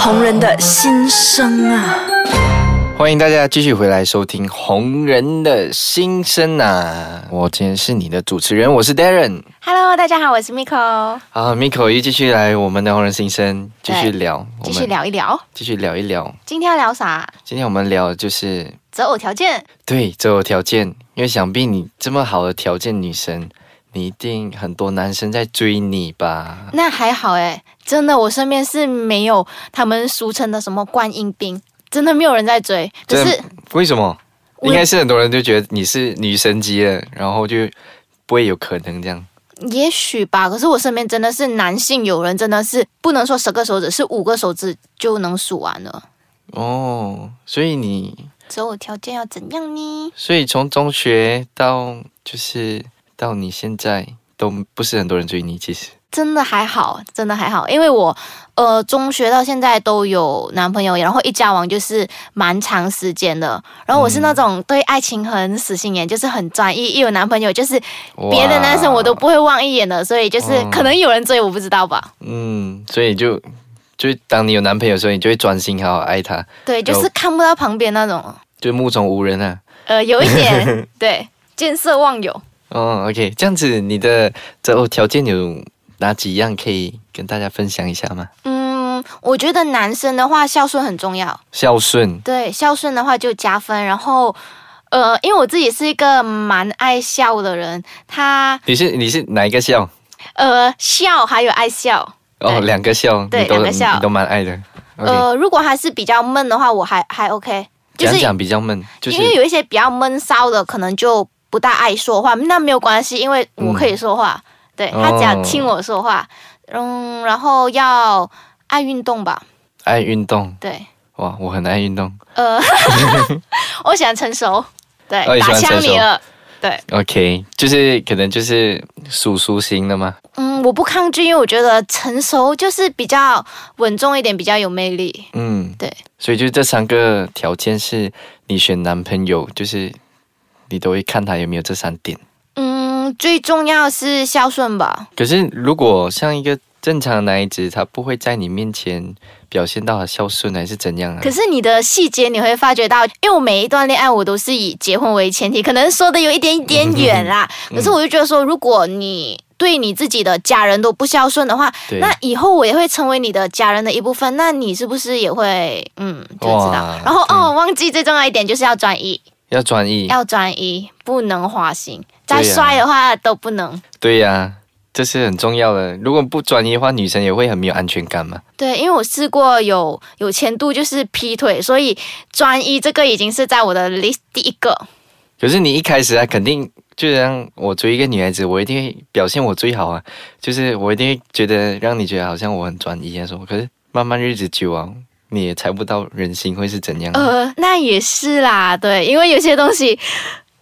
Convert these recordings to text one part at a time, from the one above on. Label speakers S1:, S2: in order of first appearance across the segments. S1: 红人的心声啊！
S2: 欢迎大家继续回来收听《红人的心声》啊！我今天是你的主持人，我是 Darren
S3: Hello，大家好，我是 Miko，
S2: 啊，Miko 又继续来我们的红人心声，继续
S3: 对
S2: 聊，我
S3: 继
S2: 们
S3: 续聊一聊，
S2: 继续聊一聊。
S3: 今天要聊啥？
S2: 今天我们聊的就是
S3: 择偶条件，
S2: 对择偶条件，因为想必你这么好的条件女神，你一定很多男生在追你吧？
S3: 那还好诶，真的，我身边是没有他们俗称的什么观音兵，真的没有人在追。可
S2: 真的
S3: 是
S2: 为什么？
S3: 我
S2: 应该是很多人就觉得你是女神级的，然后就不会有可能这样。
S3: 也许吧，可是我身边真的是男性友人，真的是不能说十个手指，是五个手指就能数完了。
S2: 哦，所以你，
S3: 择偶条件要怎样呢？
S2: 所以从中学到就是到你现在都不是很多人追你，其实
S3: 真的还好，真的还好，因为我呃中学到现在都有男朋友，然后一交往就是蛮长时间的。然后我是那种对爱情很死心眼，就是很专一，一有男朋友就是别的男生我都
S2: 哇
S3: 不会望一眼的，所以就是
S2: 嗯
S3: 可能有人追我不知道吧。
S2: 嗯，所以就就当你有男朋友的时候，你就会专心好好爱他，
S3: 对，就是看不到旁边那种，
S2: 就目中无人啊。
S3: 呃，有一点对见色忘友。
S2: 哦，OK，这样子你的择偶条件有哪几样可以跟大家分享一下吗？
S3: 嗯，我觉得男生的话孝顺很重要。
S2: 孝顺，
S3: 对，孝顺的话就加分。然后，呃，因为我自己是一个蛮爱笑的人，他
S2: 你是你是哪一个孝？
S3: 呃笑还有爱笑。
S2: 哦，
S3: 对
S2: 两个孝，
S3: 对
S2: 你都
S3: 两个孝
S2: 你都蛮爱的。OK，、
S3: 呃，如果他是比较闷的话，我还还 OK，就是
S2: 讲讲比较闷，就是
S3: 因为有一些比较闷骚的，可能就不大爱说话，那没有关系，因为我可以说话。对
S2: 嗯哦
S3: 他只要听我说话，嗯，然后要爱运动吧，
S2: 爱运动。
S3: 对，
S2: 哇，我很爱运动。
S3: 呃， 我喜欢成熟，对，
S2: 哦你喜
S3: 打
S2: 欢成
S3: 枪
S2: 熟
S3: 你了，对。
S2: OK，就是可能就是叔叔型的嘛。
S3: 嗯，我不抗拒，因为我觉得成熟就是比较稳重一点，比较有魅力。
S2: 嗯，
S3: 对。
S2: 所以就这三个条件是你选男朋友，就是你都会看他有没有这三点。
S3: 嗯，最重要是孝顺吧。
S2: 可是如果像一个正常的男孩子，他不会在你面前表现到很孝顺，还是怎样啊？
S3: 可是你的细节你会发觉到，因为我每一段恋爱我都是以结婚为前提，可能说的有一点点 远啦。
S2: 嗯
S3: 可是我就觉得说，如果你对你自己的家人都不孝顺的话，
S2: 对
S3: 那以后我也会成为你的家人的一部分。那你是不是也会嗯，就知道
S2: 哇？嗯
S3: 然后
S2: 对
S3: 哦，忘记最重要一点就是要专一，
S2: 要专一。
S3: 要专一，不能花心。
S2: 嗯
S3: 再
S2: 对呀
S3: 帅的话都不能。
S2: 对呀、这是很重要的。如果不专一的话，女生也会很没有安全感嘛。
S3: 对，因为我试过有有前度就是劈腿，所以专一这个已经是在我的 list 第一个。
S2: 可是你一开始啊，肯定就像我追一个女孩子，我一定会表现我最好啊，就是我一定会觉得让你觉得好像我很专一啊什么。可是慢慢日子久啊，你也猜不到人心会是怎样。
S3: 呃，那也是啦，对，因为有些东西， 因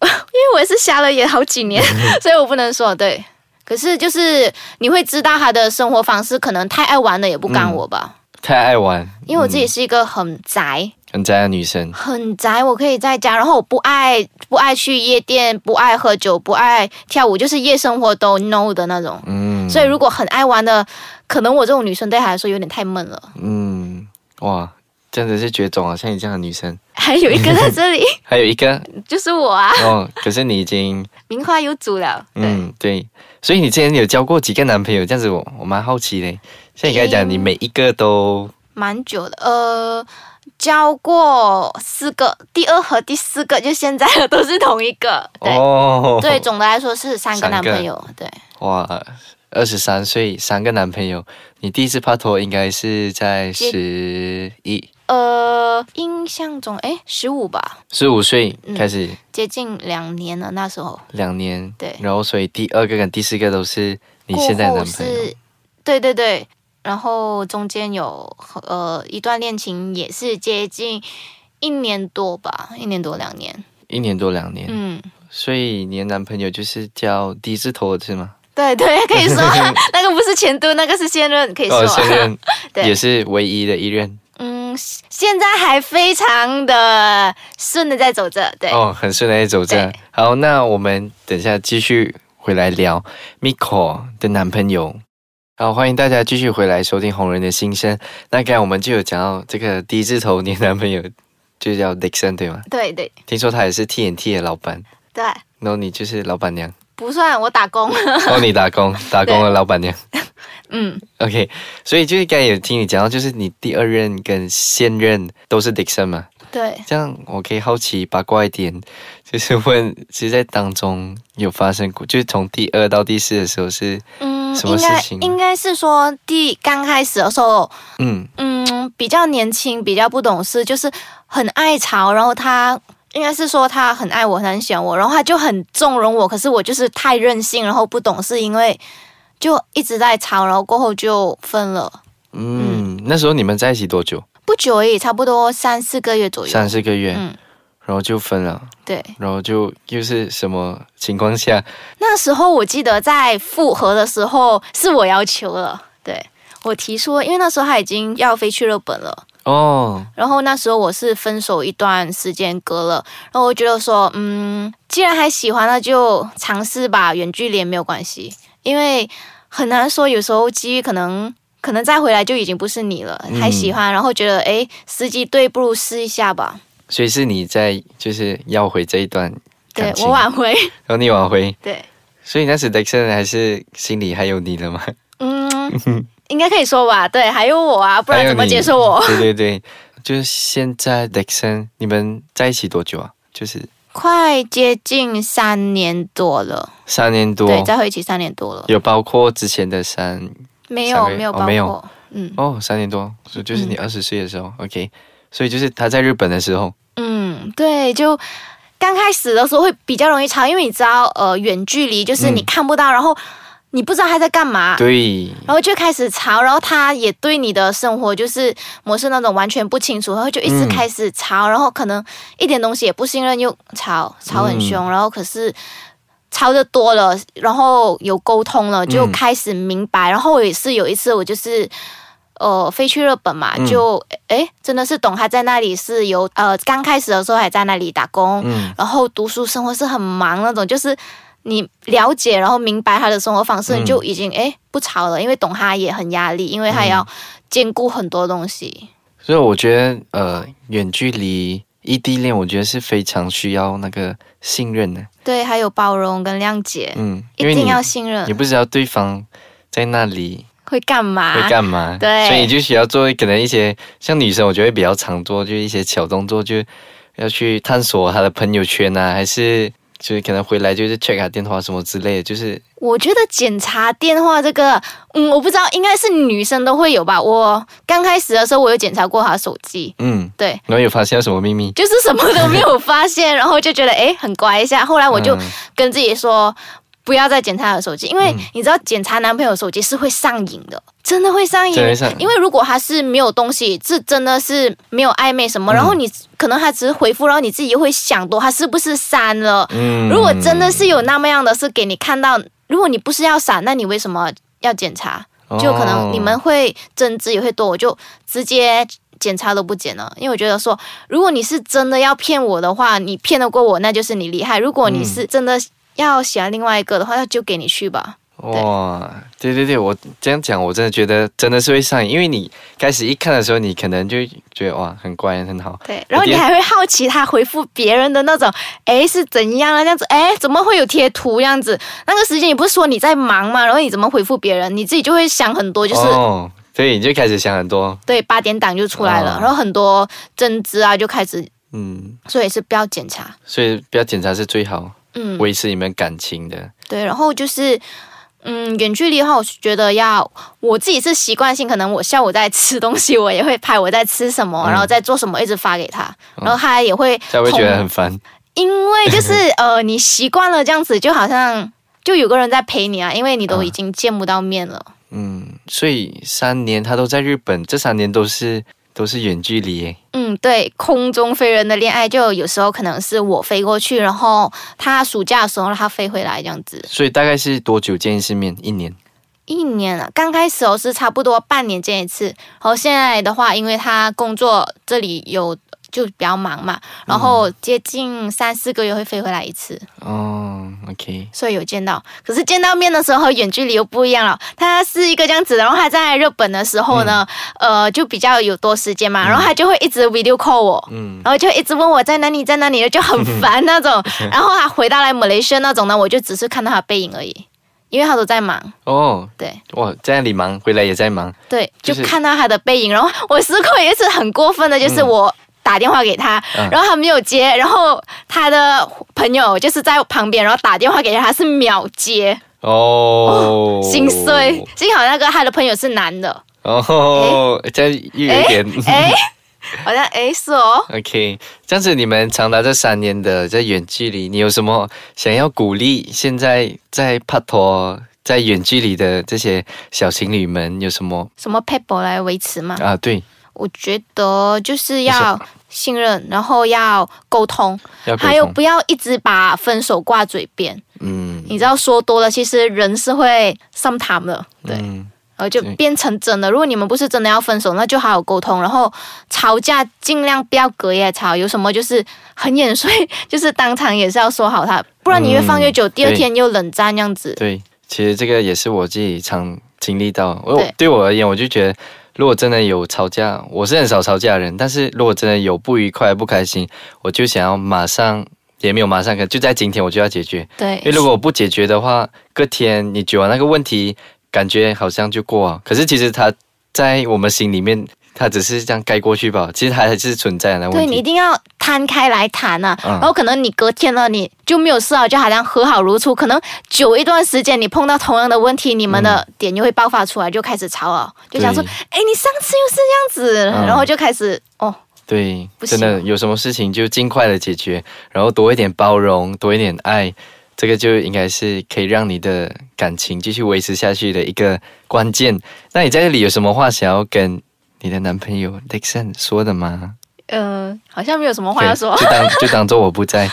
S3: 为我也是瞎了眼好几年， 所以我不能说对。可是就是你会知道他的生活方式，可能太爱玩了也不干我吧，
S2: 太爱玩，
S3: 因为我自己是一个很宅、
S2: 很宅的女生。
S3: 很宅，我可以在家，然后我不爱不爱去夜店，不爱喝酒，不爱跳舞，就是夜生活都 no 的那种。
S2: 嗯
S3: 所以如果很爱玩的，可能我这种女生对她来说有点太闷了。
S2: 嗯，哇，真的是绝种啊！像你这样的女生，
S3: 还有一个在这里，
S2: 还有一个
S3: 就是我啊，
S2: 哦，可是你已经
S3: 名花有主了。对，
S2: 嗯对，所以你之前有交过几个男朋友？这样子我我蛮好奇的。像你刚才讲，
S3: 嗯
S2: 你每一个都
S3: 蛮久的，呃，交过四个，第二和第四个就现在的都是同一个。对、
S2: 哦，
S3: 对，总的来说是三个
S2: 三个
S3: 男朋友。对，
S2: 哇，二十三岁三个男朋友，你第一次拍拖应该是在
S3: 接
S2: 十一、
S3: 呃，印象中哎十五吧，
S2: 十五岁
S3: 嗯
S2: 开始，
S3: 接近两年了那时候。
S2: 两年。
S3: 对
S2: 然后所以第二个跟第四个都是你现在的
S3: 过后
S2: 男朋友。
S3: 是，对对对，然后中间有呃一段恋情，也是接近一年多吧，一年多两年，
S2: 一年多两年，
S3: 嗯。
S2: 所以你的男朋友就是叫低字头是吗？
S3: 对对，可 以说那个不是前度，那个是现任，可以说。
S2: 哦，现任
S3: 对
S2: 也是唯一的一任
S3: 嗯，现在还非常的顺的在走着，对。
S2: 哦，很顺利地走着
S3: 对。
S2: 好，那我们等一下继续回来聊 Miko 的男朋友好，欢迎大家继续回来收听《红人的心声》。那刚才我们就有讲到这个低字头，你男朋友就叫 Dixon 对吗？
S3: 对对
S2: 听说他也是 TNT 的老板，
S3: 对，
S2: 然后你就是老板 娘，
S3: 不算我打工。
S2: 然后你打工，打工的老板娘。
S3: 嗯，
S2: OK，所以就是刚才有听你讲到，就是你第二任跟现任都是 Dixon 嘛？
S3: 对，
S2: 这样我可以好奇八卦一点，就是问，其实，在当中有发生过，就是从第二到第四的时候是，
S3: 嗯，
S2: 什么
S3: 应
S2: 事
S3: 该
S2: 情
S3: 应该是说第刚开始的时候，
S2: 嗯，
S3: 嗯，比较年轻，比较不懂事，就是很爱吵，然后他。应该是说他很爱我，很喜欢我，然后他就很纵容我。可是我就是太任性，然后不懂事，因为就一直在吵，然后过后就分了，
S2: 嗯，那时候你们在一起多久？
S3: 不久而已，差不多三四个月左右。
S2: 三四个月，
S3: 嗯，
S2: 然后就分了，
S3: 对。
S2: 然后就又是什么情况下？
S3: 那时候我记得在复合的时候是我要求了，对我提出了，因为那时候他已经要飞去日本了，
S2: 哦，
S3: 然后那时候我是分手一段时间隔了，然后我觉得说，嗯，既然还喜欢，那就尝试吧，远距离也没有关系，因为很难说，有时候机遇可能。 可能再回来就已经不是你了，
S2: 嗯
S3: 还喜欢，然后觉得诶时机对，不如试一下吧。
S2: 所以是你在就是要回这一段
S3: 对
S2: 感情，
S3: 我 挽回，
S2: 然后你挽回，
S3: 对，
S2: 所以那时 Dixon 还是心里还有你的吗？
S3: 嗯，应该可以说吧。对，还有我啊，不然怎么接受我？
S2: 还有你对对对，就是现在 Dixon，你们在一起多久啊？就是
S3: 快接近三年多了，
S2: 三年多，
S3: 对，在一起三年多了，
S2: 有包括之前的三
S3: 没
S2: 三
S3: 有
S2: 个月
S3: 没有
S2: 哦
S3: 包括，
S2: 没有
S3: 嗯
S2: 哦，三年多，所以就是你二十岁的时候、o k 所以就是他在日本的时候，
S3: 嗯，对，就刚开始的时候会比较容易吵，因为你知道，呃，远距离就是你
S2: 嗯
S3: 看不到，然后你不知道他在干嘛。
S2: 对，
S3: 然后就开始吵，然后他也对你的生活就是模式那种完全不清楚，然后就一直
S2: 嗯
S3: 开始吵，然后可能一点东西也不信任，又吵吵
S2: 嗯
S3: 很凶，然后可是吵得多了，然后有沟通了，就
S2: 嗯
S3: 开始明白。然后我也是有一次，我就是。呃，飞去日本嘛，
S2: 嗯
S3: 就诶，真的是懂他在那里是有呃，刚开始的时候还在那里打工，
S2: 嗯
S3: 然后读书生活是很忙那种，就是你了解然后明白他的生活方式，
S2: 嗯
S3: 你就已经诶不吵了，因为懂他也很压力，因为他也要兼顾很多东西。
S2: 所以我觉得呃，远距离异地恋，我觉得是非常需要那个信任的，
S3: 对，还有包容跟谅解，
S2: 嗯，因
S3: 一
S2: 为
S3: 定
S2: 你
S3: 要信任
S2: 你。不知道对方在那里
S3: 会干嘛？
S2: 会干嘛，
S3: 啊对
S2: 所以你就需要做可能一些像女生，我觉得比较常做就是一些小动作，就要去探索她的朋友圈啊，还是就是可能回来就是 check 她电话什么之类的，就是
S3: 我觉得检查电话这个，嗯，我不知道，应该是女生都会有吧。我刚开始的时候，我有检查过他手机，
S2: 嗯，
S3: 对，
S2: 然后有发现有什么秘密？
S3: 就是什么都没有发现，然后就觉得诶很乖一下。后来我就
S2: 嗯
S3: 跟自己说，不要再检查他的手机，因为你知道检查男朋友手机是会上瘾的，真的会上瘾
S2: 真的会上瘾。
S3: 因为如果他是没有东西，是真的是没有暧昧什
S2: 嗯
S3: 么，然后你可能他只是回复，然后你自己又会想多，他是不是删了？
S2: 嗯
S3: 如果真的是有那么样的事给你看到，如果你不是要删，那你为什么要检查？就可能你们
S2: 哦
S3: 会争执也会多，我就直接检查都不检了，因为我觉得说，如果你是真的要骗我的话，你骗得过我，那就是你厉害；如果你是真的要喜欢另外一个的话，那就给你去
S2: 嗯
S3: 吧。
S2: 哇，对对对，我这样讲，我真的觉得真的是会上瘾，因为你开始一看的时候，你可能就觉得哇，很乖，很好，
S3: 对，然后
S2: 我觉
S3: 你
S2: 得
S3: 还会好奇他回复别人的那种，诶，是怎样啊？这样子，诶，怎么会有贴图这样子？那个时间你不是说你在忙吗？然后你怎么回复别人？你自己就会想很多，就是、
S2: 哦，对，你就开始想很多，
S3: 对八点档就出来了，
S2: 哦
S3: 然后很多争执啊就开始，
S2: 嗯，
S3: 所以是不要检查。
S2: 所以不要检查是最好，
S3: 嗯，
S2: 维持你们感情的，
S3: 对，然后就是，嗯，远距离的话，我是觉得要我自己是习惯性，可能我下午在吃东西，我也会拍我在吃什么，
S2: 嗯
S3: 然后在做什么，一直发给他，然后他也会
S2: 才会觉得
S3: 同
S2: 很烦。
S3: 因为就是呃，你习惯了这样子，就好像就有个人在陪你啊，因为你都已经见不到面了。
S2: 嗯，所以三年他都在日本，这三年都是都是远距离耶。
S3: 嗯，对，空中飞人的恋爱，就有时候可能是我飞过去，然后他暑假的时候他飞回来这样子。
S2: 所以大概是多久见一次面？一年。
S3: 一年啊，刚开始哦是差不多半年见一次，然后现在的话，因为他工作这里有就比较忙嘛，然后接近三四个月会飞回来一次，
S2: 哦，OK，
S3: 所以有见到。可是见到面的时候，远距离又不一样了。他是一个这样子，然后他在日本的时候呢，呃，就比较有多时间嘛，然后他就会一直 video call 我。
S2: 嗯，
S3: 然后就一直问我在哪里，在哪里，就很烦那种。然后他回到来马来西亚那种呢，我就只是看到他背影而已，因为他都在忙。
S2: 哦，
S3: 对
S2: 我在那里忙，回来也在忙，
S3: 对，
S2: 就
S3: 就是看到他的背影。然后我失控也是很过分的，就是我打电话给他，
S2: 嗯
S3: 然后他没有接，然后他的朋友就是在旁边，然后打电话给他，他是秒接，
S2: 哦，
S3: 心碎。幸好那个他的朋友是男的，
S2: 哦，再预一点。
S3: 哎，好像哎是哦。
S2: OK，这样子你们长达这三年的在远距离，你有什么想要鼓励现在在帕托在远距离的这些小情侣们有什么
S3: 什么 paper 来维持嘛？
S2: 啊？对，
S3: 我觉得就是要信任，然后要沟通，
S2: 要沟
S3: 还有
S2: 通。
S3: 不要一直把分手挂嘴边。
S2: 嗯，
S3: 你知道说多了，其实人是会上谈的，对。
S2: 嗯
S3: 然呃后就
S2: 对
S3: 变成真的。如果你们不是真的要分手，那就好好沟通。然后吵架尽量不要隔夜吵，有什么就是很眼碎，就是当场也是要说好它，不然你越放越久，第二天又冷战这样子。
S2: 对，其实这个也是我自己常经历到。我
S3: 对
S2: 对我而言，我就觉得，如果真的有吵架，我是很少吵架的人，但是如果真的有不愉快、不开心，我就想要马上，也没有马上，可能就在今天我就要解决。
S3: 对
S2: 因为如果我不解决的话，隔天你解完那个问题，感觉好像就过啊。可是其实它在我们心里面，它只是这样盖过去吧，其实它还是存在的那
S3: 对
S2: 问
S3: 你一
S2: 题。
S3: 定要摊开来谈啊，
S2: 嗯
S3: 然后可能你隔天了你就没有事了，就好像和好如初。可能久一段时间，你碰到同样的问题，你们的点又会爆发出来，就开始吵了，就想说，
S2: 嗯对
S3: 哎，你上次又是这样子，
S2: 嗯
S3: 然后就开始哦，
S2: 对，
S3: 不
S2: 真
S3: 行
S2: 的有什么事情就尽快的解决，然后多一点包容，多一点爱，这个就应该是可以让你的感情继续维持下去的一个关键。那你在这里有什么话想要跟你的男朋友 Dixon 说的吗？
S3: 呃，好像没有什么话要说
S2: OK，。就当就当做我不在，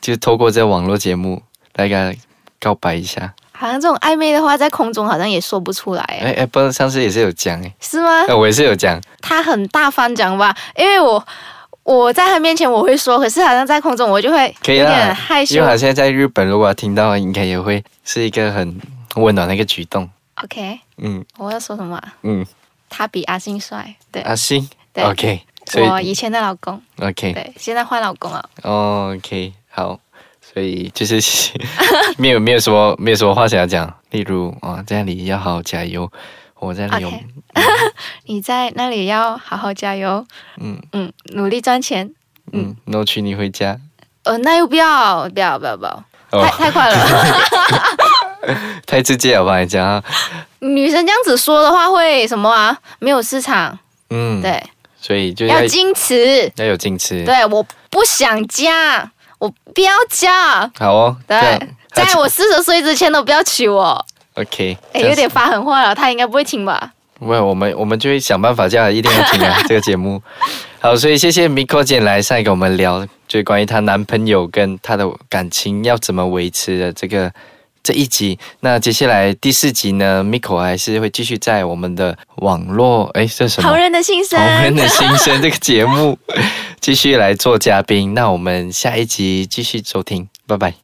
S2: 就透过这网络节目来给他告白一下。
S3: 好像这种暧昧的话，在空中好像也说不出来，
S2: 哎，Apple 上次也是有讲哎，
S3: 是吗
S2: 哎、？我也是有讲，
S3: 他很大方讲吧，因为我我在他面前我会说，可是好像在空中我就会
S2: 可以
S3: 有点
S2: 啦。
S3: 害羞
S2: 因为。他现在在日本，如果他听到，应该也会是一个很温暖的一个举动。
S3: OK，
S2: 嗯
S3: 我要说什么啊？
S2: 嗯，
S3: 他比阿信帅，对，
S2: 阿星
S3: 对
S2: 啊，OK，
S3: 我
S2: 所以嗯
S3: 以前的老公，
S2: OK，
S3: 对，现在换老公了。
S2: 哦，OK，好，所以就是 没有没有什么没有什么话想要讲，例如啊、哦，在那里要好好加油，我在那里有
S3: OK 你在那里要好好加油，
S2: 嗯
S3: 嗯，努力赚钱。
S2: 嗯，那我娶你回家。
S3: 呃，那又不要不要不要不要，
S2: 哦
S3: 太太 快了。
S2: 太直接了吧？你讲啊，
S3: 女生这样子说的话会什么啊？没有市场，
S2: 嗯，，
S3: 对，
S2: 所以就要
S3: 要矜持。
S2: 要有矜持，，
S3: 对，我不想嫁，我不要嫁。
S2: 好哦，
S3: 对
S2: 这样，
S3: 在我四十岁之前都不要娶我。
S2: OK，这
S3: 哎，
S2: 样
S3: 有点发狠话了，他应该不会听吧？
S2: 不，我们我们就会想办法，这样一定要听啊这个节目。好，所以谢谢 Miko 姐来上来跟我们聊，就是关于她男朋友跟她的感情要怎么维持的这个这一集。那接下来第四集呢，Miko 还是会继续在我们的网络，哎，这是什么？
S3: 好人啊的心声
S2: 同，人的心声这个节目继续来做嘉宾。那我们下一集继续收听，拜拜。